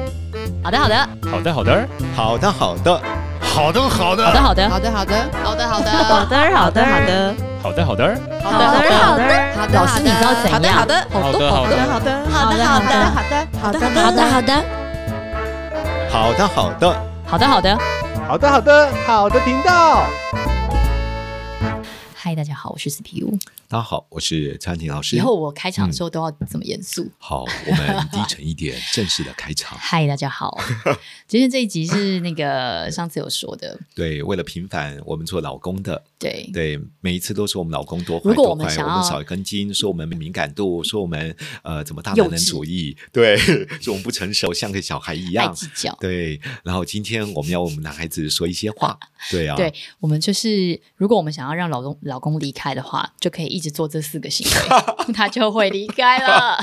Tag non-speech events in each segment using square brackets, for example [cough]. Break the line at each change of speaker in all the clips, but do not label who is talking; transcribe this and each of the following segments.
好的，好的，
好的，好的，好的，好的，好的，好的，
好的，好的，
好的，好的，好的，好的，好的，好
好的，好的，好的，好的，的好的
好的，
好
老师，你知道怎样？
好的，
好的，
好
好
的
的，
好的，
好的好的
好的，好的，
好的，好的，
好的，好的，
好的，好的。
好的，好的，好的频道。
嗨，大家好，我是 CPU。
大家好，我是餐婷老师
以。后我开场的时候都要这么严肃。
好，我们低沉一点，正式的开场。
嗨，大家
[laughs]
好，今天这一集是那个上次有说的，
对，为了平反我们做老公的，
对，
对，每一次都说我们老公多坏
嗯如果
多
我们
坏，
想
我们
要
少一根筋，说我们敏感度，说我们呃怎么大
幼
男人
稚
主义，对， [laughs] 说我们不成熟，像个小孩一
爱
样。
计较。
对，然后今天我们要为我们男孩子说一些话，对啊，
对我们就是，如果我们想要让老公老公离开的话，就可以一直做这四个行
[laughs]
为，他就会离开了。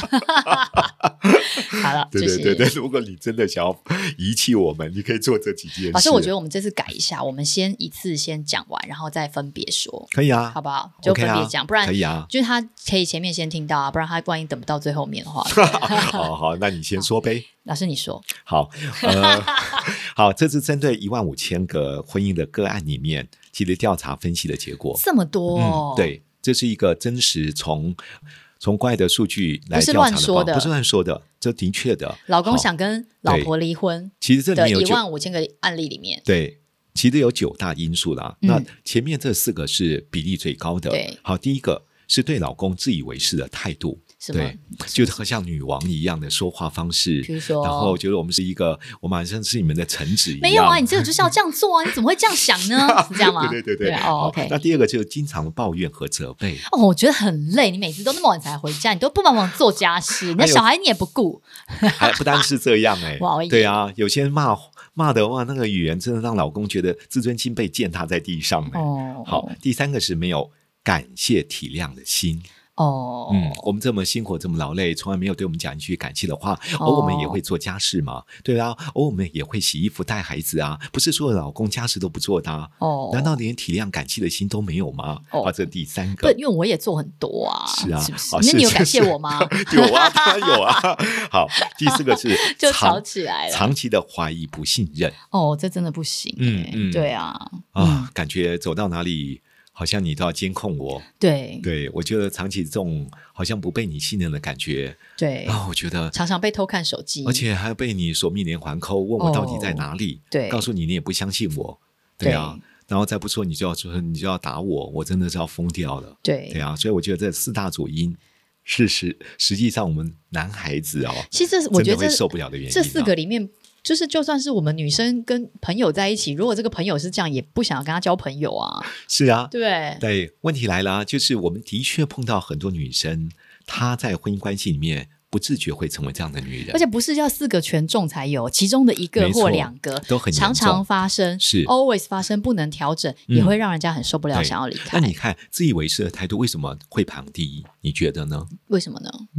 好了，
对
就是
对对对，如果你真的想要遗弃我们，你可以做这几件事。
老师，我觉得我们这次改一下，我们先一次先讲完，然后再分别说，
可以啊，
好不好？就
OK
分别
啊
讲，不然。
可以啊
就是他可以前面先听到啊，不然他万一等不到最后面的
[laughs]
话。
好好，那你先说呗。
老师，你说，
好，呃， [laughs] 好，这是针对一万五千个婚姻的个案里面，其实调查分析的结果。
这么多、哦
嗯，，对，这是一个真实从从国外的数据来
不是
调查
乱说的
不是乱说的，这的确的。
老公
好
想跟老婆离婚
其实这里
的
面有
一
九
万五千个案例里面，
对，其实有九大因素啦。
嗯
那前面这四个是比例最高的。
对
好，第一个是对老公自以为是的态度。
什么
对？，就是和像女王一样的说话方式，
比如说
然后觉得我们是一个，我们好像是你们的臣子一样。
没有啊，你这个就是要这样做啊，你怎么会这样想
[laughs]
呢？是这样吗？
对对对对，
哦
好
，OK
那。第二个就是经常抱怨和责备，
哦，我觉得很累，你每次都那么晚才回家，你都不帮忙做家事，你的
哎呦
小孩你也不顾，
还不单是这样哎、
[laughs] 哇我也
对啊，有些人骂骂的话，那个语言真的让老公觉得自尊心被践踏在地上哎、
哦，
好，第三个是没有感谢体谅的心，
哦，
嗯，我们这么辛苦，这么劳累，从来没有对我们讲一句感谢的话。
哦
而我们也会做家事嘛，对啊，而我们也会洗衣服、带孩子啊，不是所有老公家事都不做的、啊。
哦，
难道连体谅、感谢的心都没有吗？
哦
啊，这第三
不？
个
因为我也做很多啊，
是啊
不是
哦？
那
是
你有
是
感谢
是 [laughs]
我吗？
[laughs] 有啊，当然有
[laughs]
啊。好，第四个是
就吵
长
起来了。
长期的怀疑、不信任
哦，这真的不行、
嗯
欸。
嗯
对啊，
啊，感觉走到哪里好像你都要监控我。
对
对我觉得长期这种好像不被你信任的感觉
对、
啊，我觉得
常常被偷看手机，
而且还被你索命连环扣，问我到底在哪里？
哦对
告诉你你也不相信我，对啊，然后再不说你就要说你就要打我，我真的是要疯掉了，
对
对啊，所以我觉得这四大主因是实实际上我们男孩子哦，
其实我觉
真的
得
会
这
受不了的原因啊
这四个里面，就是就算是我们女生跟朋友在一起，如果这个朋友是这样，也不想要跟他交朋友啊，
是啊，
对不对？
对，问题来了啊，就是我们的确碰到很多女生，她在婚姻关系里面不自觉会成为这样的女人，
而且不是要四个全中才有，其中的一个
啊没错
或两个
都很严
常
重
常发生，
是
always 发生，不能调整，也
嗯
会让人家很受不了，
对
想要离开
那。你看自以为是的态度为什么会排行第一？你觉得呢？
为什么呢？ [laughs]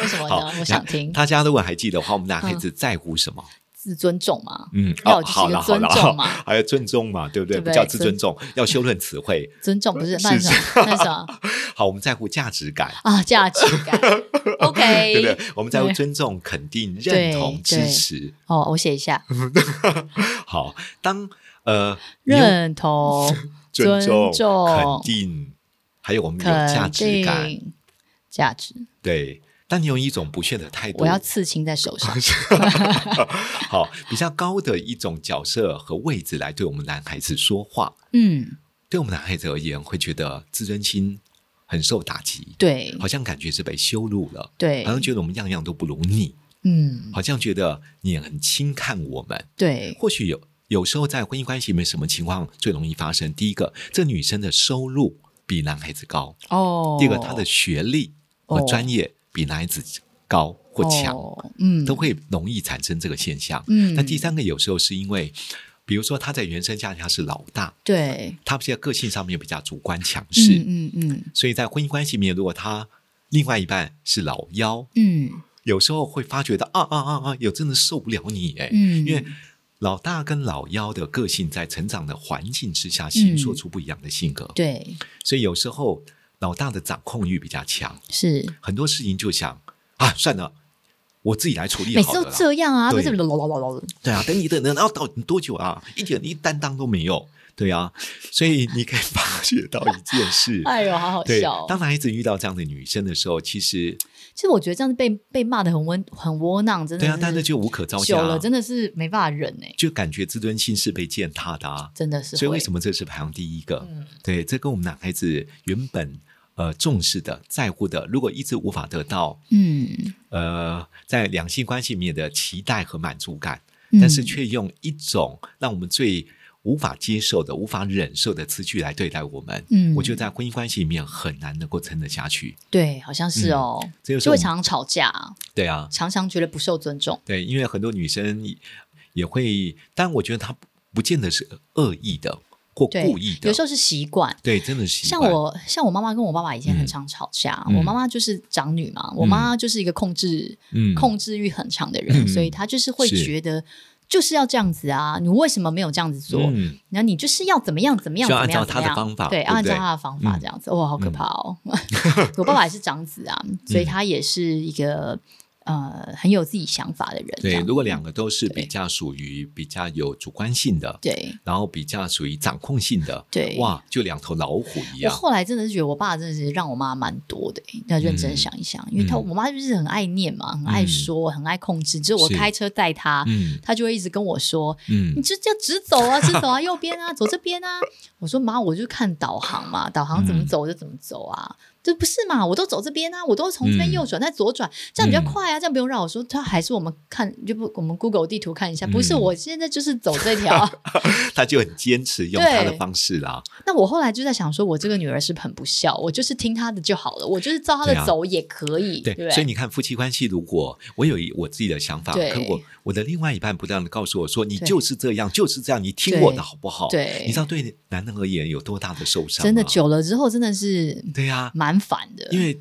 为什么
嗯好
呢？，我想听，
大家如果还记得的话，我们男孩子在乎什么？
自尊重嘛，
嗯，
要有
哦
自
好
己
了
的
好
尊
了，
重嘛，
[laughs] 还有尊重嘛，对不对？
对不
不
对
叫自尊重，要修润词汇。
尊重不是
是
那是什么那是什么
好，我们在乎价值感，
啊？价值
[laughs]
感
对不
，OK
对。？我们在乎
对
尊重、肯定、
对
认同、
对
支持。
哦，我写一下，
好，当呃，你用
认同、
尊
尊重
肯定，还有我们有价
肯
值感，
定、价值。
对。当你用一种不屑的态度
我，要刺青在
[laughs]
手上，
好比较高的一种角色和位置来对我们男孩子说话，
嗯，
对我们男孩子而言，会觉得自尊心很受打击，
对
好像感觉是被羞辱了，
对
好，像觉得我们样样都不如你，
嗯，
好像觉得你很轻看我们。
对，
或许有有时候在婚姻关系里面，什么情况最容易发生？第一个，这女生的收入比男孩子高；
哦，
第二个，她的学历和
哦
专业比男孩子高或强，
哦，嗯，
都会容易产生这个现象。
嗯
那第三个有时候是因为，比如说她在原生家庭她是老大，
对，
她比较个性上面比较主观强势，
嗯嗯嗯
所以在婚姻关系里面，如果她另外一半是老幺，
嗯
有时候会发觉到啊啊啊啊，有真的受不了你哎、
嗯，
因为老大跟老幺的个性在成长的环境之
嗯
下，形塑出不一样的性格，
对
所以有时候老大的掌控欲比较强，
是
很多事情就想啊算了，我自己来处理
每
好
次都
了啦。
这样啊，
对
为什么老老老老老？。
对啊，等你等等，然后到底多久啊？一点一担当都没有。对啊，所以你可以发觉到一件事
[laughs] 哎呦，好好
对
笑、，
当
哦。
男孩子遇到这样的女生的时候，其实
其实我觉得这样子被被骂的很温很窝囊，真的
对啊
是，
但那就无可招架
嗯久
啊、
了真的是没办法忍哎、
就感觉自尊心是被践踏的啊。
真的是会。
所以为什
么
么这是排行第一个？
嗯
对，这跟我们男孩子原本呃重视的、在乎的，如果一直无法得到
嗯，
呃在两性关系里面的期待和满足感，
嗯
但是却用一种让我们最无法接受的、无法忍受的词句来对待我们。
嗯
我觉得在婚姻关系里面很难能够撑得下去。
对，好像是哦，
嗯这就是
就
我
会
们
常常吵架，
对啊，
常常觉得不受尊重。
对，因为很多女生也会，但我觉得她不见得是恶意的或
对，
故意的，
有时候是习惯。
对，真的是
像我，像我妈妈跟我爸爸以前很
嗯
常吵架。
嗯
我妈妈就是长女嘛，我妈就是一个控制、
嗯
控制欲很强的人，
嗯
所以她就是会
是
觉得就是要这样子啊，你为什么没有这样子做？
嗯
然后你就是要怎么样怎么样，
就
怎
要
么样
按照他的
怎么样
方法
对，
对不
按照
对
他的方法
嗯
这样子，哇，好可
[laughs]
怕哦！我爸爸也是长子啊，所以他也是一个呃很有自己想法的人这
对，
样。
如果两个都是
对
比较属于比较有主观性的，
对
然后比较属于掌控性的，
对
哇，就两头老虎一
我
样。
后来真的是觉得我爸真的是让我妈蛮多的、欸要认真
嗯
想一想，因为他
嗯
我妈就是很爱念嘛，很爱
嗯
说，很爱控制。只有我
是
开车带她，
嗯
她就会一直跟我说：“
嗯
你就这样直走啊，直走啊，右边啊，走这边啊。我说妈，我就看导航嘛，导航
嗯
怎么走我就怎么走啊。这不是嘛？我都走这边啊，我都从这边
嗯
右转，再左转，这样比较快啊，这样不用绕。我说他还是我们看，就不我们 Google 地图看一下，不是
嗯
我现在就是走这条。啊
他就很坚持用他的
对
方式啦。
那我后来就在想说，我这个女儿是不是很不孝，我就是听她的就好了，我就是照她
对
的
啊
走也可以，
对，
不对？
所以你看夫妻关系，如果我有一我自己的想法，
对
可我我的另外一半不断的告诉我说，你
对
就是这样，就是这样，你听
对
我的好不好？
对
哦你知道对男人而言有多大的受伤吗？
真的嗯久了之后，真的是
对呀、
蛮烦的，
啊因为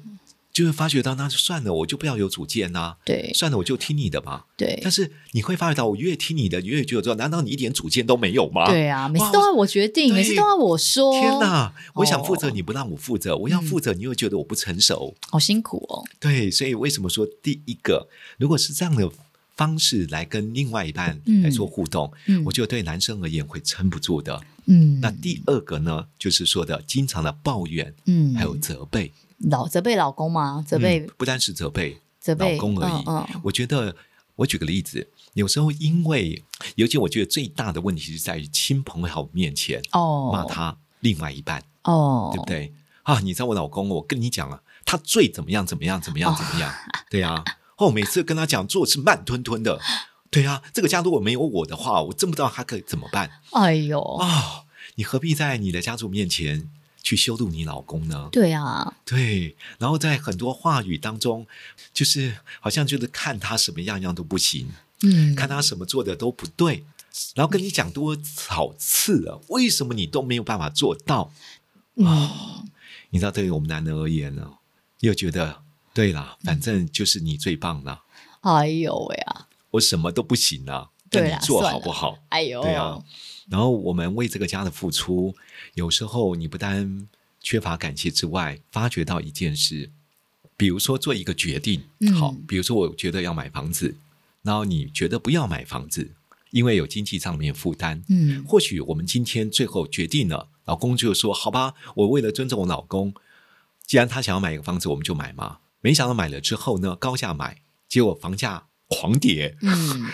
就会发觉到，那就算了，我就不要有主见呐、
对
算了，我就听你的吧。
对
但是你会发觉到，我越听你的，越觉得说，难道你一点主见都没有吗？
对啊，每次
哇
都要我决定，
对
每次都要我说，
天哪！我想负责，
哦嗯
你不让我负责；我要负责，你又觉得我不成熟。
好辛苦哦。
对，所以为什么说第一个，如果是这样的方式来跟另外一半
嗯
来做互动，
嗯
我觉得对男生而言会撑不住的。
嗯，
那第二个呢，就是说的经常的抱怨，
嗯，
还有责备，
老责备老公嘛，责备、
嗯不单是责备，
责备
老公而已。
嗯嗯
我觉得，我举个例子，有时候因为，尤其我觉得最大的问题是在于亲朋好友面前
哦，
骂他另外一半，
哦，
对不？对？啊，你知道我老公，我跟你讲了，他最怎么样怎么样怎么
哦
样怎么样，对啊，哦，每次跟他讲做事慢吞吞的，对啊，这个家如果没有我的话，我真不知道他可以怎么办
哎呦，
哦，你何必在你的家族面前去羞辱你老公呢？
对啊，
对，然后在很多话语当中，就是好像就是看他什么样样都不行，
嗯，
看他什么做的都不对，然后跟你讲多少次了，为什么你都没有办法做到？哦
嗯，
你知道，对于我们男人而言呢，又觉得对啦，
嗯
反正就是你最棒啦，
哎呦喂啊，
我什么都不行啦，
对
但
啦
你做
算
好
了
不好？
哎呦，
对啊，然后我们为这个家的付出，有时候你不单缺乏感谢之外，发觉到一件事，比如说做一个决定，
嗯
好，比如说我觉得要买房子，然后你觉得不要买房子，因为有经济上面负担，
嗯
或许我们今天最后决定了，老公就说：“好吧，我为了尊重我老公，既然他想要买一个房子，我们就买嘛。”没想到买了之后呢，高价买，结果房价狂跌，
嗯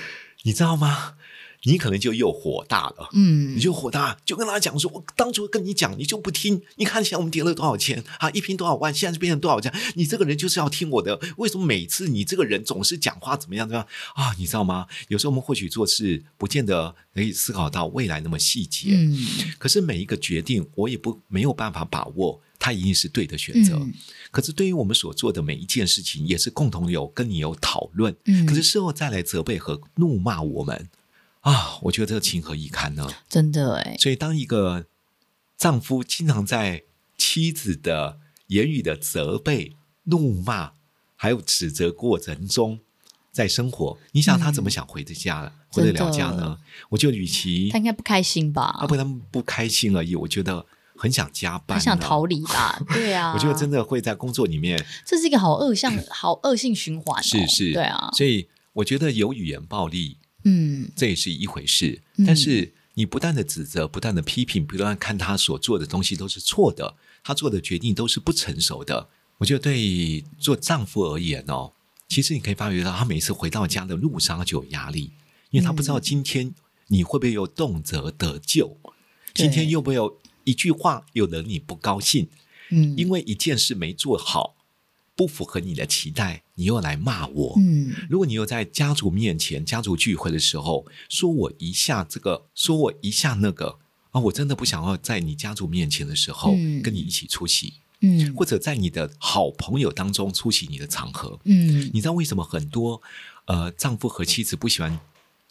你知道吗？你可能就又火大了。
嗯，
你就火大，就跟他讲说，我当初跟你讲，你就不听。你看现在我们跌了多少钱啊？一瓶多少万，现在是变成多少钱？你这个人就是要听我的，为什么每次你这个人总是讲话怎么样怎么样啊？你知道吗？有时候我们或许做事不见得可以思考到未来那么细节，
嗯
可是每一个决定，我也不没有办法把握，它一定是对的选择。
嗯
可是对于我们所做的每一件事情，也是共同有跟你有讨论。
嗯
可是事后再来责备和怒骂我们啊，我觉得这情何以堪呢？
真的哎、
所以，当一个丈夫经常在妻子的言语的责备、怒骂，还有指责过程中，在生活，你想他怎么想回的家了，回得了家
嗯真
呢？我就与其
他应该不开心吧？
他不他们不开心而已，我觉得很想加班、
很想逃。离吧？对啊，
啊我觉得真的会在工作里面
这是一个好恶向、好恶性循环、哦。
是是，
对啊，
所以我觉得有语言暴力，
嗯，
这也是一回事，
嗯
但是你不断的指责，不断的批评，不断地看他所做的东西都是错的，他做的决定都是不成熟的。我觉得对做丈夫而言哦，其实你可以发觉到，他每次回到家的路上他就有压力，因为他不
嗯
知道今天你会不会有动辄得咎，
对
今天又没有一句话有惹你不高兴，
嗯，
因为一件事没做好，不符合你的期待，你又来骂我，
嗯
如果你有在家族面前、家族聚会的时候，说我一下这个，说我一下那个啊，我真的不想要在你家族面前的时候
嗯
跟你一起出席，
嗯
或者在你的好朋友当中出席你的场合。
嗯
你知道为什么很多呃丈夫和妻子不喜欢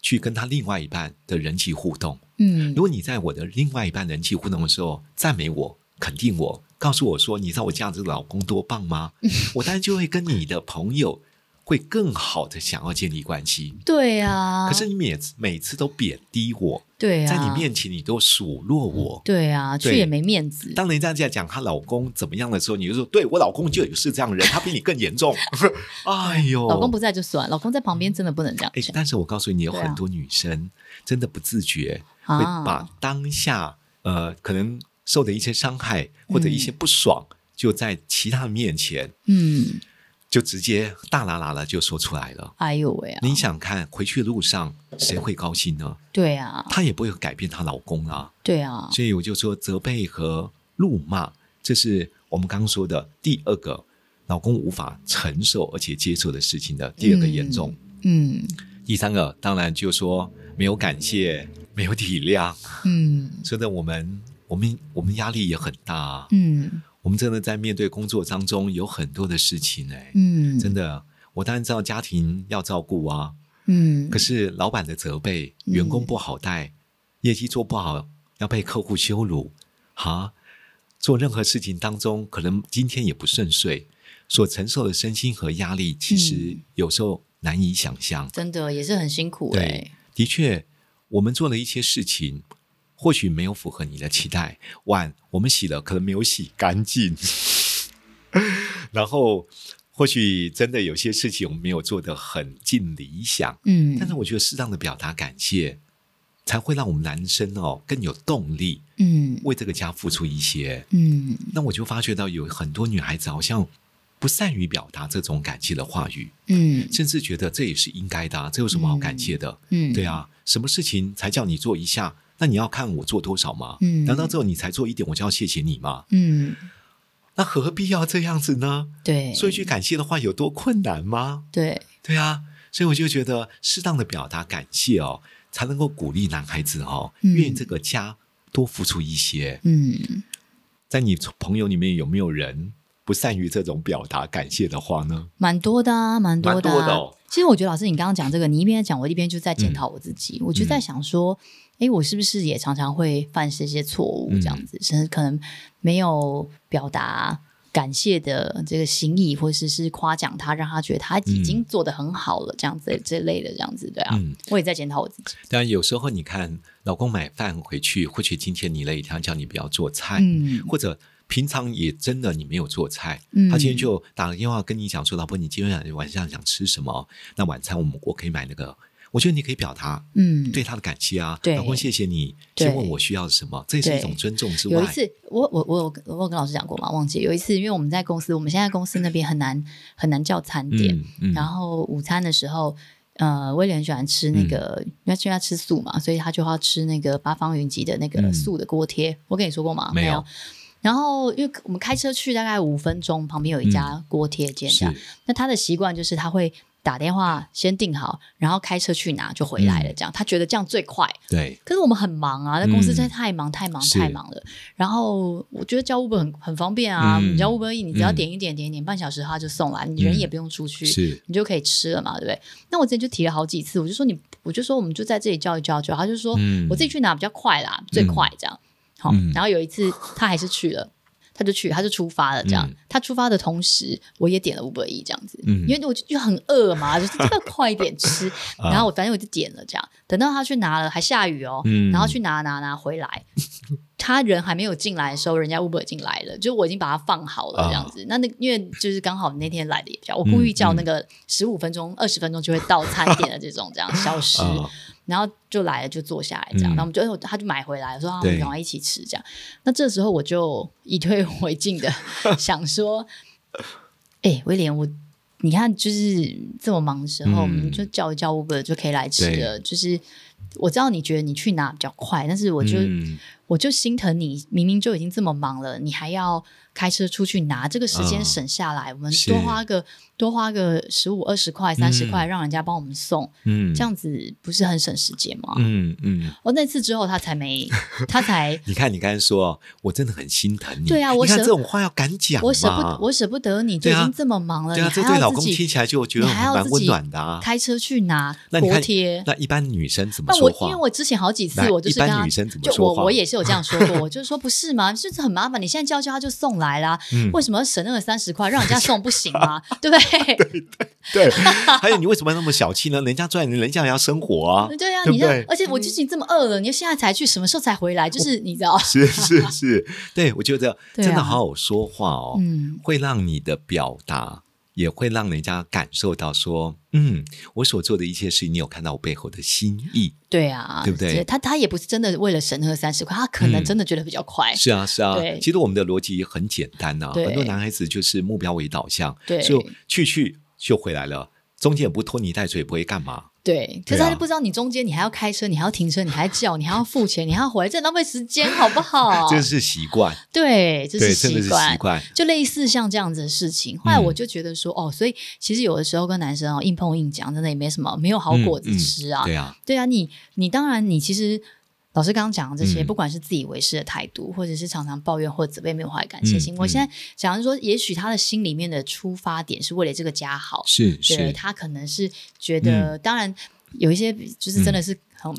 去跟他另外一半的人际互动？
嗯
如，果你在我的另外一半人际互动的时候赞美我、肯定我，告诉我说你知道我这样子的老公多棒吗？ [laughs] 我当然就会跟你的朋友会更好的想要建立关系。
对啊，
可是你每次每次都贬低我，
对啊，
在你面前你都数落我。
对啊，去
对
也没面子。
当人家在讲她老公怎么样的时候，你就说：“对我老公就也是这样的人，他比你更严重。” [laughs] 哎呦，
老公不在就算，老公在旁边真的不能这样
哎，
讲
但是我告诉你，有
对啊
很多女生真的不自觉、
啊
会把当下呃可能受的一些伤害或者一些不爽，就在其他人面前
嗯，
就直接大啦啦的就说出来了。
哎呦喂啊，
你想看回去路上谁会高兴呢？
对啊，
她也不会改变她老公啊。
对啊，
所以我就说，责备和怒骂，这是我们刚刚说的第二个老公无法承受而且接受的事情的第二个严重。
嗯
第三个当然就说没有感谢，没有体谅，
嗯
说的我们我们我们压力也很大、啊，
嗯
我们真的在面对工作当中有很多的事情哎、
嗯，
真
的，
的，我当然知道家庭要照顾啊，
嗯，
可是老板的责备，
嗯
员工不好带，业绩做不好要被客户羞辱，哈，做任何事情当中可能今天也不顺遂，所承受的身心和压力，其实
嗯
有时候难以想象。
真的也是很辛苦哎、
对，的确，我们做了一些事情，或许没有符合你的期待。碗我们洗了，可能没有洗干净， [laughs] 然后或许真的有些事情我们没有做得很尽理想。
嗯，
但是我觉得适当的表达感谢，才会让我们男生哦更有动力
嗯
为这个家付出一些。
嗯
那我就发觉到有很多女孩子好像不善于表达这种感谢的话语，
嗯
甚至觉得这也是应该的、啊，这有什么好感谢的？
嗯，
对，啊，什么事情才叫你做一下？那你要看我做多少吗？
嗯
难道只有你才做一点，我就要谢谢你吗？
嗯
那何必要这样子呢？
对，
说一句感谢的话有多困难吗？
对，
对啊，所以我就觉得适当的表达感谢哦，才能够鼓励男孩子哦，
嗯
愿意这个家多付出一些。
嗯
在你朋友里面有没有人不善于这种表达感谢的话呢？
蛮多的啊，蛮多的、啊。
蛮多的哦
其实我觉得老师，你刚刚讲这个，你一边讲，我一边就在检讨我自己。
嗯
我就在想说，诶，我是不是也常常会犯这些错误？
嗯
这样子，甚至可能没有表达感谢的这个心意，或者是夸奖他，让他觉得他已经做得很好了，这样子这类的，这样子对啊。
嗯，
我也在检讨我自己。
当然有时候你看，老公买饭回去，或许今天你累，他叫你不要做菜，
嗯
或者。平常也真的你没有做菜，
嗯
他今天就打个电话跟你讲说，老婆，你今天晚上想吃什么？那晚餐我们我可以买那个。我觉得你可以表达，
嗯，
对他的感谢啊，
对
老公谢谢你，
对
先问我需要什么，这也是一种
对
尊重之外，
有一次，我我我有跟我有跟老师讲过嘛，忘记有一次，因为我们在公司，我们现在公司那边很难很难叫餐
嗯
点，
嗯，嗯
然后午餐的时候，呃，威廉很喜欢吃那个，因为他吃素嘛，所以他就要吃那个八方云集的那个
嗯
素的锅贴。我跟你说过吗？
没有
然后，因为我们开车去大概五分钟，旁边有一家锅贴店这
嗯
样。
是
那他的习惯就是他会打电话先订好，然后开车去拿就回
嗯
来了，这样、他觉得这样最快。
对，
可是我们很忙啊，在公司
嗯
真的太忙、太忙、
是
太忙了。然后我觉得叫 Uber 很很方便啊，
嗯
你叫 Uber E，你只要
嗯
点一点、点一点，半小时他就送来，你人
嗯
也不用出去，
是
你就可以吃了嘛，对不对？那我之前就提了好几次，我就说你，我就说我们就在这里叫一叫就好，他就说、
嗯
我自己去拿比较快啦，最快这样。好、
嗯
然后有一次他还是去了。他就去，他就出发了。这样，
嗯
他出发的同时，我也点了五百亿这样子，
嗯
因为我就就很饿嘛， [laughs] 就是这个快一点吃。
[laughs] 啊
然后我反正我就点了这样，等到他去拿了，还下雨哦，
嗯
然后去拿拿拿回来，他人还没有进来的时候，人家 Uber 已经来了，就我已经把它放好了
啊嗯
这样子。那那因为就是刚好那天来的也比较，我故意叫那个十五分钟、二十分钟就会到餐点的这种
[laughs]
这样消失，
啊
然后就来了就坐下来这样，
嗯
然后我们就哎我他就买回来，我说啊，我
对
们赶快一起吃这样。那这时候我就以退为
[laughs]
进的想说，哎、威廉我。你看，就是这么忙的时
嗯
候，我们就叫一叫 Uber 就可以来吃了。就是我知道你觉得你去哪比较快，但是我就、
嗯
我就心疼你，明明就已经这么忙了，你还要开车出去拿，这个时间
嗯
省下来，我们
是
多花个多花个十五、二十块、三十块，让人家帮我们送，
嗯
这样子不是很省时间吗？
嗯嗯，
我、那次之后，他才
[laughs]
没，他才
你看你刚才说，我真的很心疼你。
对啊我
你看
舍
这种话要敢讲嘛
我舍不我舍不得你，就
对
已
啊
经这么忙了，
对啊，
你
这
还
对
要
老
自
公
己
听起来就觉得
你还要
蛮
自
温
己
暖的啊。
开车去拿
那你
锅
看
贴，
那一般女生怎么
但
说
我
话？
因为我之前好几次
来
我就是跟
一
他
般女生怎么
就
说
我
话
我也是有这样说过，我就是说不是吗？ [laughs] 就是很麻烦，你现在叫叫他就送来啦，
嗯
为什么要省那个三十块让人家送不行吗？对不对？
对， [laughs] 还有你为什么要那么小气呢？人家赚，人家也要生活啊。
对呀、
对
你
不对
看，而且我就是你这么饿了，你现在才去，什么时候才回来？ [laughs] 就是你知道，
是是是，对我觉得
对
真的
啊
好好说话哦，
嗯，
会让你的表达也会让人家感受到说，嗯，我所做的一切事，你有看到我背后的心意。
对啊，
对不对
他他也不是真的为了省那个三十块，他可能
嗯
真的觉得比较快。
是啊，是啊
哎对，
其实我们的逻辑很简单呐、啊，
对
很多男孩子就是目标为导向，
对
就去去就回来了，中间也不拖泥带水，也不会干嘛。
对，可是
对啊
他就不知道你中间你还要开车，你还要停车，你还要叫，你还要付钱，你还要回来，这浪费时间，好不好？
这是习惯，
对，哦这
对，
是
真的
习
是
惯
习。惯。
就类似像这样子的事情。后来我就觉得说，哦，所以其实有的时候跟男生哦硬碰硬讲，真的也没什么，没有好果子吃啊。
对啊，
对啊，你你当然你其实。老师刚刚讲的这些，
嗯
不管是自以为是的态度，或者是常常抱怨或责备没有怀感谢心，
嗯
我现在讲的是说，也许他的心里面的出发点是为了这个家好，
是
对
是，嗯
他可能是觉得，当然有一些比就是真的是很。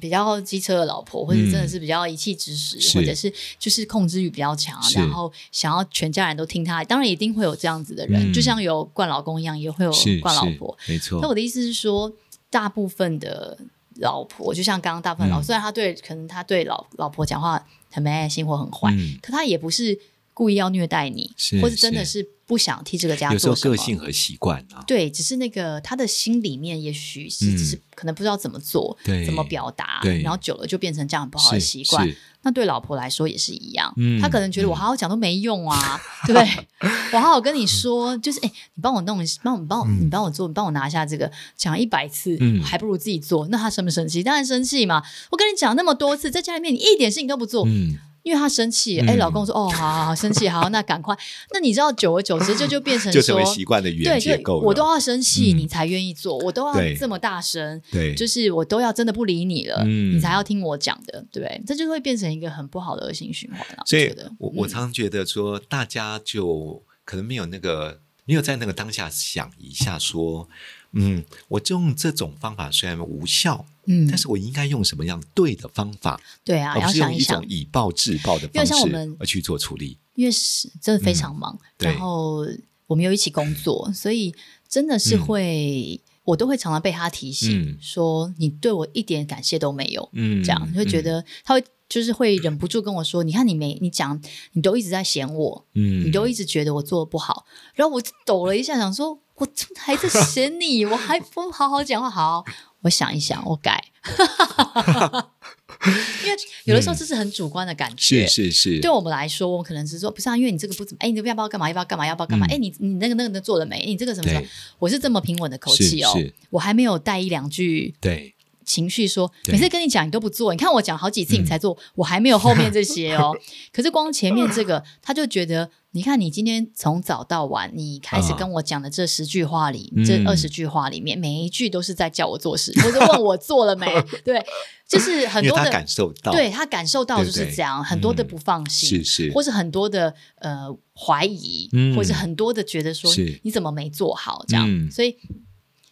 比较机车的老婆，或者真的是比较一气之使，
嗯是
或者是就是控制欲比较强，
是
然后想要全家人都听他，当然一定会有这样子的人，
嗯
就像有惯老公一样，也会有
是
惯老
是
婆。，
没
那我
错，
的意思是说，大部分的老婆，就像刚刚大部分老，
嗯
虽然他对可能他对老老婆讲话很没爱心或很坏，
嗯
可他也不是故意要虐待你，
是
或者真的
是
是不想替这个家
有时候
做什么。
个性和习惯啊，
对，只是那个他的心里面也许是、
嗯
只是可能不知道怎么做，
对
怎么表达
对，
然后久了就变成这样很不好的
是
哦习惯。
是
那对老婆来说也是一样，
嗯
她可能觉得
嗯
我好好讲都没用啊，对不对？ [laughs] 我好好跟你说，就是哎、你帮我弄一下，帮我帮我，你帮我做，你帮我拿下这个，讲一百次，
嗯
还不如自己做。那她生不生气？当然生气嘛！我跟你讲那么多次，在家里面你一点事情都不做，
嗯，
因为她生气。哎、
嗯
老公说哦，好好好，生气好，那赶快。那你知道，久而久之，这就变成
就成
说
为习惯的语言
对，
结
就
构
我都
了。
要生气，
嗯
你才愿意做，我都
对
要这么大声，
对，
就是我都要真的不理你了，
嗯
你才要听我讲的，对不对？这就会变成一个很不好的恶性循环了。
所
我
以
觉得
我我
嗯
常常觉得说，大家就可能没有那个没有在那个当下想一下说，嗯，我就用这种方法虽然无效，
嗯，
但是我应该用什么样对的方法，
对啊，
而
要
不是
想
用
一
一种
想，
以暴制暴的
因
方
为像我们
式而去做处理。
因为是真的非常忙，
嗯对
然后我们又一起工作，所以真的是会，我都会常常被他提醒、
嗯
说，你对我一点感谢都没有，
嗯
这样你会觉，得他会。就是会忍不住跟我说：“你看你没你讲，你都一直在嫌我，
嗯
你都一直觉得我做的不好，然后我就抖了一下，想说，我这还在嫌你，我
[laughs]
还不好好讲话，好，我想一想，我改， [laughs] 因为有的时候这是很主观的感觉。
嗯是是是，
对我们来说，我们可能是说，不是啊，因为你这个不怎么，哎，你这个要不要干嘛？要不要干嘛？要不要干嘛？
嗯
哎、你你那个那个那个做了没？哎你这个什么什么
对？
我是这么平稳的口气哦
是是，
我还没有带一两句
对
情绪说，
对嗯
每次跟你讲你都不做，你看我讲好几次你才做，我还没有后面这些
[laughs]
哦。可是光前面这个，他就觉得，你看你今天从早到晚，你开始
啊
跟我讲的这十句话里，
嗯
这二十句话里面，每一句都是在叫我做事， [laughs] 或者问我做
[laughs]
了没？对，就是很
因为
多
他
的
感，受到，
对他感受到
对
就
不
是
对
这样，很多的
嗯
不放心，
是是，
或是很多的呃怀疑，
嗯
或是很多的觉得说
是
你怎么没做好这样，
嗯
所以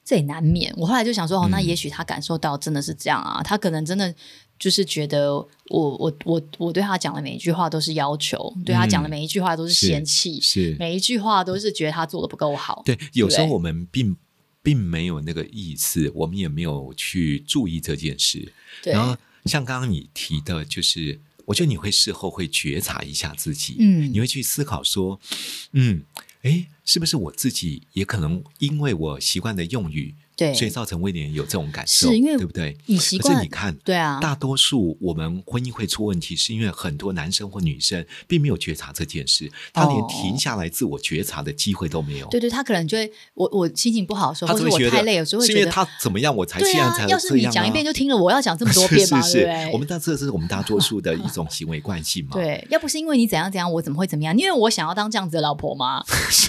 这也难免。我后来就想说，哦，
嗯
那也许他感受到真的是这样啊，他可能真的就是觉得我我我我对他讲的每一句话都是要求，对他讲的每一句话都是
是
嫌弃，
是
每一句话都是觉得他做的不够好。
对，有时候
对
我们并并没有那个意思，我们也没有去注意这件事。
对
然后像刚刚你提的，就是我觉得你会事后会觉察一下自己，
嗯
你会去思考说，嗯，诶，是不是我自己也可能因为我习惯的用语，
对，
所以造成威廉有这种感受，
是因为
对不对？
你习
可是
惯
你，看，
对啊，
大多数我们婚姻会出问题，是因为很多男生或女生并没有觉察这件事，他连
哦
停下来自我觉察的机会都没有。
对对，他可能就会，我我心情不好的时候，
他
或
只
者
会
我
觉
太
得
累，有时候会
是
觉
因
得
为他怎么样，我才
对
现在
啊
才，
要是
这
你
样
讲一
啊
遍就听了，我要讲这么多
[laughs] 是
遍嘛，
是
对
是
不对？，
我们大这是我们大多数的一种行为惯性嘛。
[laughs] 对，要不是因为你怎样怎样，我怎么会怎么样？因为我想要当这样子的老
[laughs]
婆吗？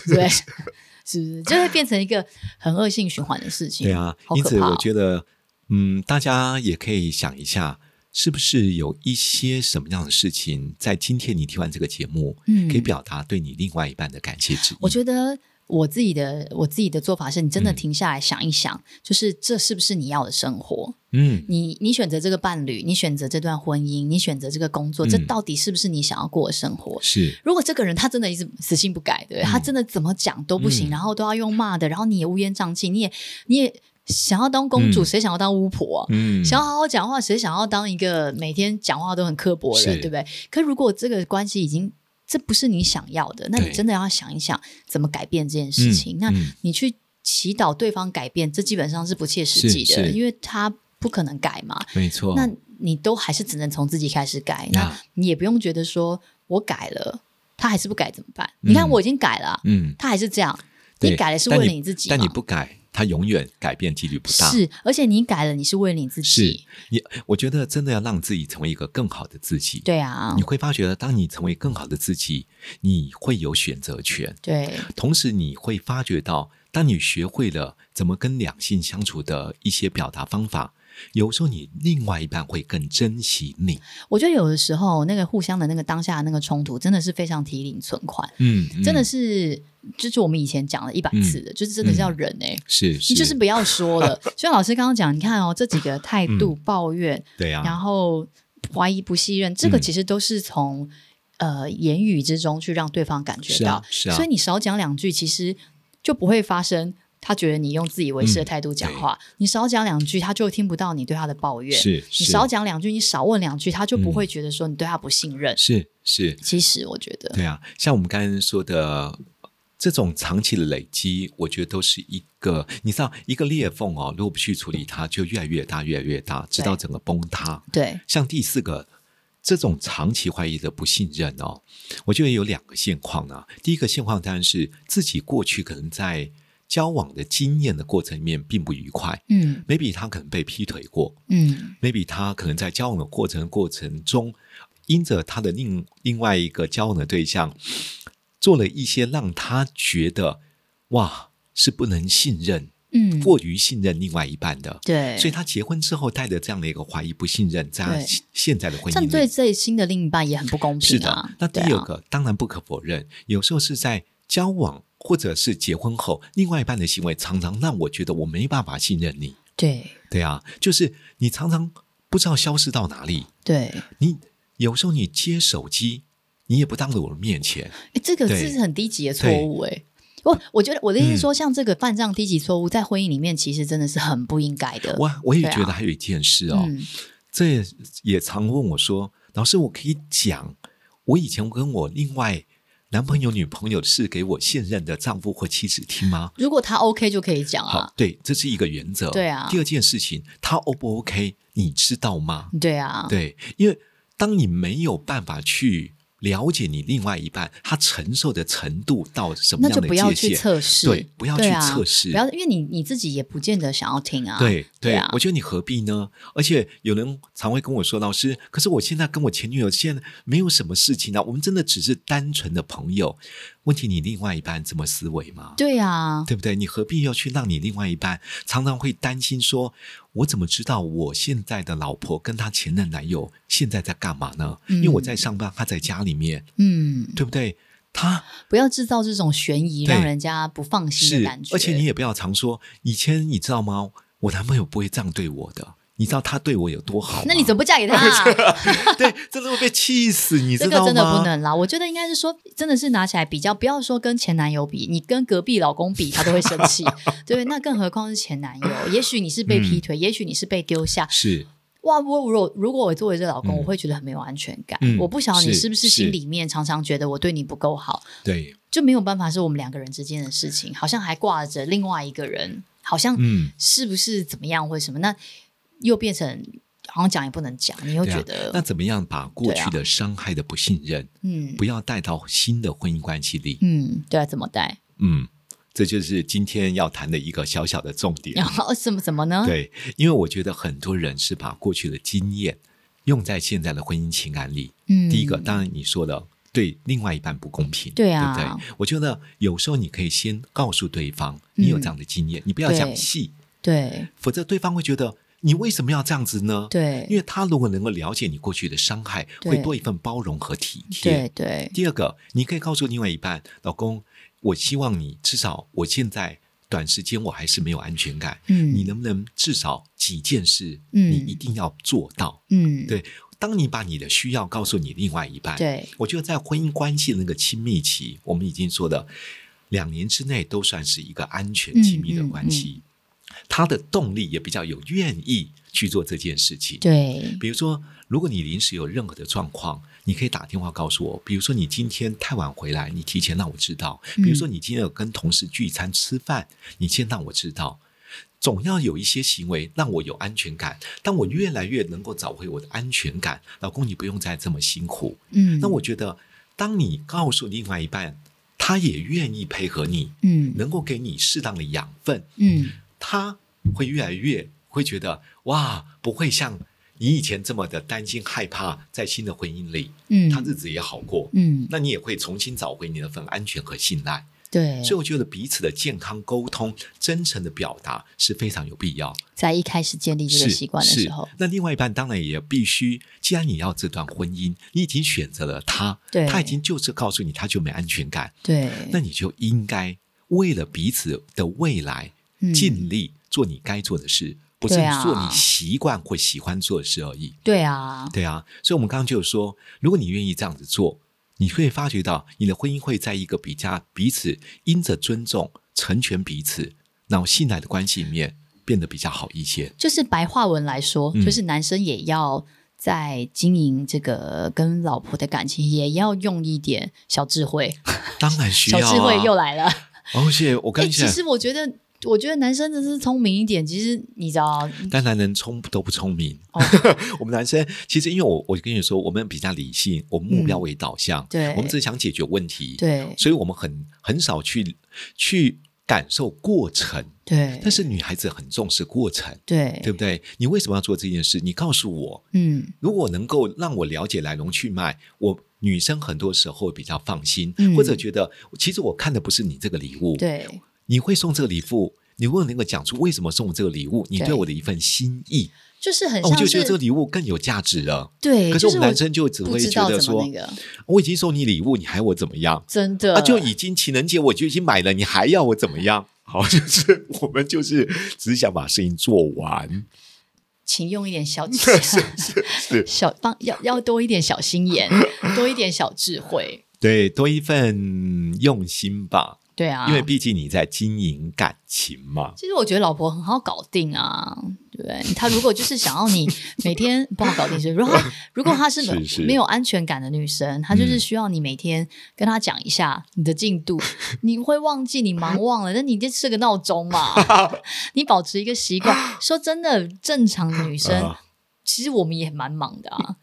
对，是不是就会变成一个很恶性循环的事情？
对啊
好，
因
可
此
怕哦。
我觉得，嗯，大家也可以想一下，是不是有一些什么样的事情，在今天你听完这个节目，
嗯
可以表达对你另外一半的感谢之意。
我觉得我自己的我自己的做法是，你真的
嗯
停下来想一想，就是这是不是你要的生活？
嗯，
你你选择这个伴侣，你选择这段婚姻，你选择这个工作，这
嗯
到底是不是你想要过的生活？
是
如果这个人他真的一直死性不改，对不对、
嗯
他真的怎么讲都不
嗯
行，然后都要用骂的，然后你也乌烟瘴气，你也你也想要当公主，
嗯
谁想要当巫婆、啊？
嗯，
想要好好讲话，谁想要当一个每天讲话都很刻薄的人，
是
对不对？可如果这个关系已经这不是你想要的，那你
对
真的要想一想怎么改变这件事情。
嗯
那
嗯
你去祈祷对方改变，这基本上是不切实际
是
的，
是
因为他不可能改嘛。
没错，
那你都还是只能从自己开始改，那
呀
你也不用觉得说我改了，他还是不改怎么办？
嗯
你看我已经改了啊，
嗯，
他还是这样，
对
你改了是
但
为了你自己
但你
嘛
不改，他永远改变几率不大。
是，而且你改了，你是为了你自
是
己，
你，我觉得真的要让自己成为一个更好的自己。
对啊
你，会发觉，当你成为更好的自己，你会有选择权。
对，
同时，你会发觉到，当你学会了怎么跟两性相处的一些表达方法，有时候你另外一半会更珍惜你。
我觉得有的时候那个互相的那个当下的那个冲突，真的是非常提领存款，
嗯，
真的
是
是就是我们以前讲了一百次的，就是真的是要忍哎、
嗯是
你就是不要
[laughs]
说了。就像老师刚刚讲，你看哦，这几个态度、抱怨，
对
然
嗯啊，
后怀疑、不信任，这个
嗯
其实都是从、呃言语之中去让对方感觉
是
到。
啊，是啊，
所以你少讲两句，其实就不会发生。他觉得你用自以为是的
嗯
态度讲话，你少讲两句，他就听不到你对他的抱怨。
是是
你少讲两句，你少问两句，他就不
嗯
会觉得说你对他不信任。
是是，
其实我觉得，
对啊，像我们刚刚说的。这种长期的累积，我觉得都是一个，你知道，一个裂缝哦，如果不去处理它，就越来越大，越来越大，直到整个崩塌。
对，
像第四个，这种长期怀疑的不信任哦，我觉得有两个现况啊。第一个现况当然是自己过去可能在交往的经验的过程里面并不愉快
嗯
，maybe 他可能被劈腿过
嗯，
，maybe 他可能在交往的过程过程中，因着他的另另外一个交往的对象做了一些让他觉得哇是不能信任，
嗯，
过于信任另外一半的。
对，
所以他结婚之后带着这样的一个怀疑、不信任，在他
对
现现在的婚
这样
姻
对
里，
最新的另一半也很不公
是
平啊
的。。那第
对啊
二个、当然不可否认，有时候是在交往或者是结婚后，另外一半的行为常常让我觉得我没办法信任你。
对
对啊，就是你常常不知道消失到哪里，
对，
你有时候你接手机，你也不当着我的面前，
诶这个
对嗯
是很低级的错误哎、我我觉得我的意思是说，像这个犯这样低级错误，在婚姻里面其实真的是很不应该的。
我我也
对啊
觉得还有一件事哦，
嗯，
这也也常问我说：“老师，我可以讲我以前跟我另外男朋友、女朋友是给我现任的丈夫或妻子听吗
如果他 OK 就可以讲？”
好
啊，，
对，这是一个原则。
对啊
第二件事情，他 O 不 OK，你知道吗？
对啊，
对，因为当你没有办法去了解你另外一半他承受的程度到什么
那
样
就
的
不要
界
去
限，
测试，
对不要去
对啊
测试
不要，因为你你自己也不见得想要听啊。
对
对
对
啊
我觉得你何必呢？而且有人常会跟我说，老师，可是我现在跟我前女友现在没有什么事情啊，我们真的只是单纯的朋友。问题你另外一半这么思维吗？
对啊，
对不对？你何必要去让你另外一半常常会担心说，我怎么知道我现在的老婆跟她前任男友现在在干嘛呢？因为我在上班，她在家里面，
嗯，
对不对？她
不要制造这种悬疑，
对
让人家不放心
是
的感觉。
而且你也不要常说，以前你知道吗？我男朋友不会这样对我的，你知道他对我有多好吗？
那你怎么不嫁
[laughs]
给他、啊？
对，真的会被气死，你
[laughs] 这
知
个
道吗？
真的不能啦，我觉得应该是说，真的是拿起来比较，不要说跟前男友比，你跟隔壁老公比，他都会生
[laughs]
气，对，那更何况是前男友？也许你是被劈腿，也许你是被丢下，
是
哇，我如果如果我作为这老公，
嗯
我会觉得很没有安全感。
嗯
我不晓得你
是
是不是
是
心里面常常觉得我对你不够好，
对，
就没有办法是我们两个人之间的事情，好像还挂着另外一个人，好像
嗯，
是不是怎么样或者什么，那又变成好像讲也不能讲，你又
对啊
觉得、啊
那怎么样把过去的伤害的不信任，
嗯
不要带到新的婚姻关系里？
嗯，对啊，怎么带？
嗯，这就是今天要谈的一个小小的重点
然。后怎么怎么呢？
对，因为我觉得很多人是把过去的经验用在现在的婚姻情感里。
嗯，
第一个，当然你说的对另外一半不公平，
对啊
对不对？我觉得有时候你可以先告诉对方你有这样的经验，你不要
嗯对
讲细，
对
否则对方会觉得你为什么要这样子呢？
对
因为他如果能够了解你过去的伤害，
对
会多一份包容和体
对
贴。
对，
第二个，你可以告诉另外一半，老公，我希望你至少我现在短时间我还是没有安全感，
嗯，
你能不能至少几件事，
嗯
你一定要做到？
嗯
对当你把你的需要告诉你另外一半，
对
我觉得在婚姻关系的那个亲密期，我们已经说的两年之内都算是一个安全亲密的关
嗯
系，他的动力也比较有愿意去做这件事情。
对
比如说，如果你临时有任何的状况，你可以打电话告诉我。比如说，你今天太晚回来，你提前让我知道；
嗯
比如说，你今天有跟同事聚餐吃饭，你先让我知道。总要有一些行为让我有安全感，当我越来越能够找回我的安全感，老公，你不用再这么辛苦。
嗯，
那我觉得，当你告诉另外一半，他也愿意配合你，
嗯
能够给你适当的养分，
嗯
他会越来越会觉得哇，不会像你以前这么的担心害怕，在新的婚姻里，
嗯，
他日子也好过。
嗯
那你也会重新找回你那份安全和信赖，
对，
所以我觉得彼此的健康沟通、真诚的表达是非常有必要。
在一开始建立这个
是
习惯的
是
时候，
那另外一半当然也必须，既然你要这段婚姻，你已经选择了他，
对
他已经就是告诉你他就没安全感，
对，
那你就应该为了彼此的未来
嗯
尽力做你该做的事，不是
对啊
做你习惯或喜欢做的事而已。
对啊，
对啊，所以我们刚刚就有说，如果你愿意这样子做，你会发觉到你的婚姻会在一个比较彼此因着尊重、成全彼此，然后信赖的关系里面变得比较好一些。
就是白话文来说，
嗯
就是男生也要在经营这个跟老婆的感情，也要用一点小智慧。
当然需要、
小
啊、
智慧又来了。
而且哦我
哎、
跟你
其
讲，
实我觉得，我觉得男生真的是聪明一点。其实你知道，
但男人聪都不聪明。
哦
[laughs] 我们男生其实，因为我我跟你说，我们比较理性，我们目标为导向，
嗯对
我们只想解决问题，，
对
所以我们很很少去去感受过程。
对，
但是女孩子很重视过程，
对
对不对？你为什么要做这件事？你告诉我，
嗯
如果能够让我了解来龙去脉，我女生很多时候比较放心，
嗯
或者觉得其实我看的不是你这个礼物，
对
你会送这个礼物，你问能够讲出为什么送我这个礼物，你
对
对我的一份心意，
就是很
哦我
像、
就是觉得这个礼物更有价值了。
对，
可是
就
我
是
们男生就只
不
会
知
觉
道
得
怎
说
么那，个，呃
我已经送你礼物，你还要我怎么样？
真的
啊，就已经情人节我就已经买了，你还要我怎么样？ [laughs] 好，就是我们就是只想把事情做完，
请用一
[laughs]
点小
是
小帮要要多一点小心
[laughs]
眼，多一点小智慧。
对，多一份用心吧，
对啊，
因为毕竟你在经营感情嘛。
其实我觉得老婆很好搞定啊，对不对？她如果就是想要
[laughs]
你每天不好搞定，是如果她如果她是没有
是是嗯
没有安全感的女生，她就是需要你每天跟她讲一下你的进
[laughs]
度，你会忘记，你忙忘了，那你这是个闹
[laughs]
钟嘛，你保持一个习惯。说真的，正常的女生
啊。
其实我们也蛮忙的啊，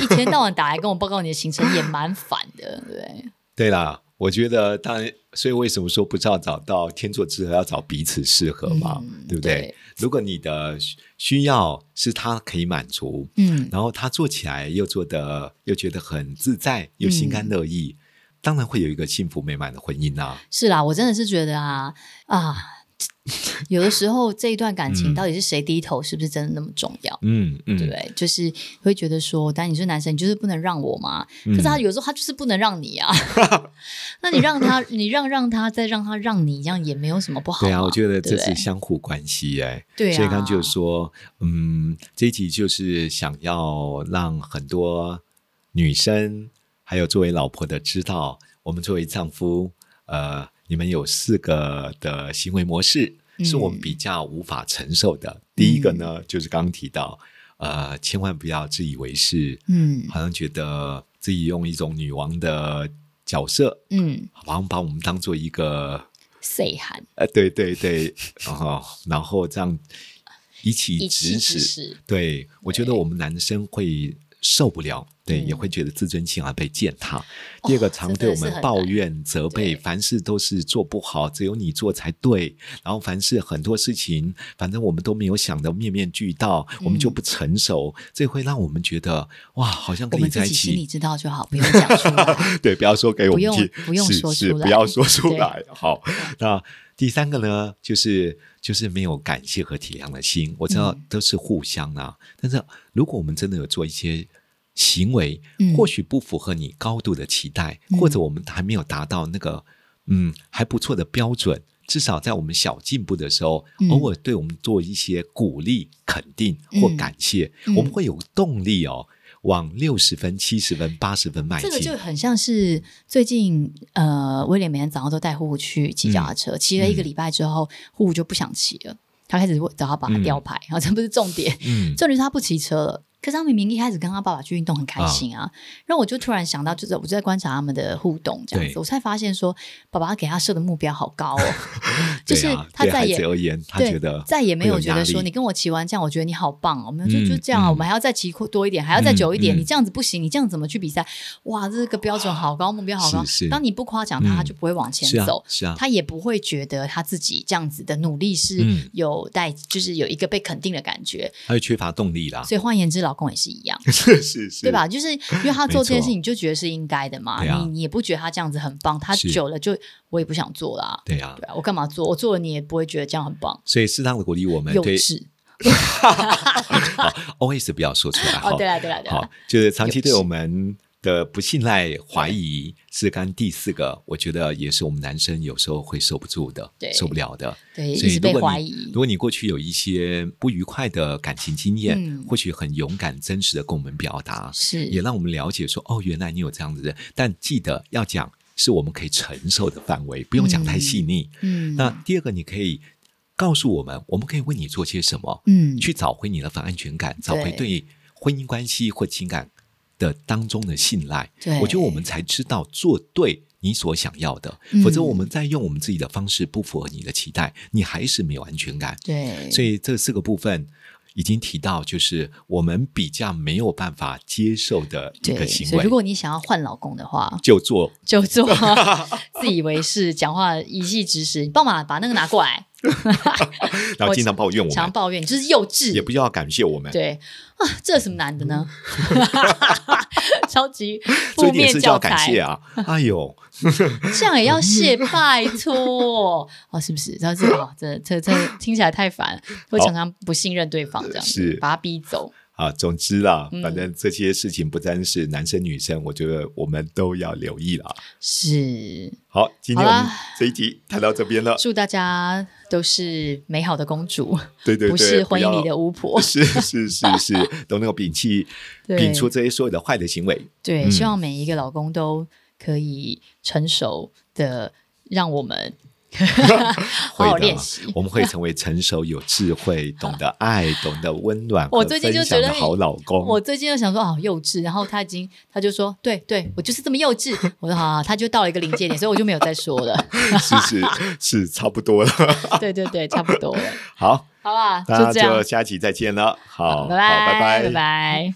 一天到晚打来跟我报告你的行程也蛮烦的，对不对？
对啦，我觉得当然，所以为什么说不知道找到天作之合，要找彼此适合嘛，
嗯
对不对？
对
如果你的需需要是他可以满足，
嗯，
然后他做起来又做的又觉得很自在，又心
嗯
甘乐意，当然会有一个幸福美满的婚姻啦、
是啦，我真的是觉得啊啊，有的时候这一段感情
嗯
到底是谁低头，是不是真的那么重要？
嗯嗯，
对不对？就是会觉得说，但你是男生，你就是不能让我嘛。可是他
嗯
有时候他就是不能让你啊。 [laughs] 那你让他，你让让他，再让他让你，这样也没有什么不好嘛。
对啊，我觉得
对
这
不对
是相互关系哎、
对啊
所以刚刚就说，嗯，这一集就是想要让很多女生，还有作为老婆的知道，我们作为丈夫，呃，你们有四个的行为模式
嗯
是我们比较无法承受的。第一个呢，就是刚刚提到。呃，千万不要自以为是，
嗯
好像觉得自己用一种女王的角色，
嗯，
好像把我们当做一个
谁喊
呃，对对对，哦，然后这样一起
一
指
起
使，
指使？
对我觉得我们男生会受不了，对，也
嗯哦
会觉得自尊心啊被践踏。第二个，常对我
真的是
们
很
抱
难
怨、责备，
对
凡事都是做不好，只有你做才对。然后凡事很多事情，反正我们都没有想的面面俱到，我们就
嗯
不成熟，这会让我们觉得哇，好像
我
跟你
们
在
自
一
己心里
起。
知道就好，不用讲出来。
[laughs] 对，不要说给我
不
们
用
听，
不用
是
说
是
出
不
来
要说出
对
来。好，那第三个呢，就是就是没有感谢和体谅的心。我知道
嗯
都是互相啊，但是如果我们真的有做一些行为，
嗯
或许不符合你高度的期待，
嗯
或者我们还没有达到那个嗯还不错的标准。至少在我们小进步的时候，
嗯
偶尔对我们做一些鼓励、肯定或
嗯
感谢，
嗯
我们会有动力哦，往六十分、七十分、八十分迈
这
进。
个就很像是最近呃，威廉每天早上都带户户去骑
嗯
脚踏车，骑了一个礼拜之后，户户就不想骑了，他开始找他把他吊牌，然后这不是
[laughs]
重点，
嗯
重点是他不骑车了。可是他明明一开始跟他爸爸去运动很开心啊，然后我就突然想到，就是我就在观察他们的互动这样子，
对
我才发现说，爸爸给他设的目标好
[laughs]
高哦，就
对
是
啊
他
对
再
孩
也
子而言，他
对
觉得
再也没有
会有
觉
压
得
力
说你跟我骑完这样，我觉得你好棒哦，我们就、
嗯
就这样啊，
嗯
我们还要再骑多一点，还要再久一点，
嗯嗯
你这样子不行，你这样怎么去比赛？哇，这个标准好高，目标好高。
是是
当你不夸奖
嗯
他，他就不会往前
是啊
走。
是啊，
他也不会觉得他自己这样子的努力是
嗯
有待，就是有一个被肯定的感觉。
他会缺乏动力啦，
所以换言之，老公也是一样，
[laughs] 是是是，
对？吧？就是因为他做这件
没
事
错
情，你就觉得是应该的嘛。
对啊
你你也不觉得他这样子很棒，他
是
久了就我也不想做啦。
对啊
对，啊，我干嘛做？我做了你也不会觉得这样很棒，
所以适当的鼓励我们
幼
对
稚。
always 不要说出来，
哦，
好
对了，对了，对了
好。，就是长
有
期对
是
我们的不信赖、怀疑是刚第四个，我觉得也是我们男生有时候会受不住的
对，
受不了的。
对，
所
一
以
直
如
被
果
怀
你
疑
如。果你过去有一些不愉快的感情经验，
嗯
或许很勇敢、真实的跟我们表达，也
是，
让我们了解说，哦，原来你有这样子的人，但记得要讲是我们可以承受的范围，不用讲太细腻。
嗯，
那第二个，你可以告诉我们，我们可以为你做些什么，
嗯，
去找回你的反安全感，找回
对
对婚姻关系或情感的当中的信赖。
对
我觉得我们才知道做对。你所想要的
嗯，
否则我们再用我们自己的方式不符合你的期待，你还是没有安全感。
对，
所以这四个部分已经提到，就是我们比较没有办法接受的一个
对，
行
所以
为，
如果你想要换老公的话，
就做
就做
[laughs]
自以为是，讲话一气指使，你帮忙把那个拿过来，
然后经常抱怨我
常
们，
抱怨，你就是幼稚，
也不要感谢我们。
对啊，这有什么难的呢？ [laughs] 超
[laughs]
级
这
负
一点
面
是
教
叫感谢
材， [laughs]
啊！哎呦，
这样也要谢，拜托 [laughs] 哦，是不是？然后这啊，这这这听起来太烦，会
好
常常不信任对方，这样子
是
把他逼走。
啊，总之啦
嗯，
反正这些事情不单是男生女生，我觉得我们都要留意啦。
是，
好，今天我
好
们
啦
这一集谈到这边了，
祝大家都是美好的公主，
对对对，
不是婚姻
要。
里的巫
[laughs]
婆
是是是是，都能够摒弃
[laughs] 对
摒除这些所有的坏的行为。
对，
嗯
希望每一个老公都可以成熟的，让我们好好
会的
练 [laughs] 习。
我们会成为成熟、有智慧、懂得爱、懂得温暖
我
和
最近
分
就觉
享
得
的好老公。
我最近就想说啊，幼稚，然后他已经他就说，对对，我就是这么幼稚。 [laughs] 我说好、啊，他就到了一个临界点，所以我就没有再说了。 [laughs]
是是是，差不多了。
对对对，差不多了，
好，
好吧，啊
那
这样
就，下期再见了。好，
拜
好拜
拜拜。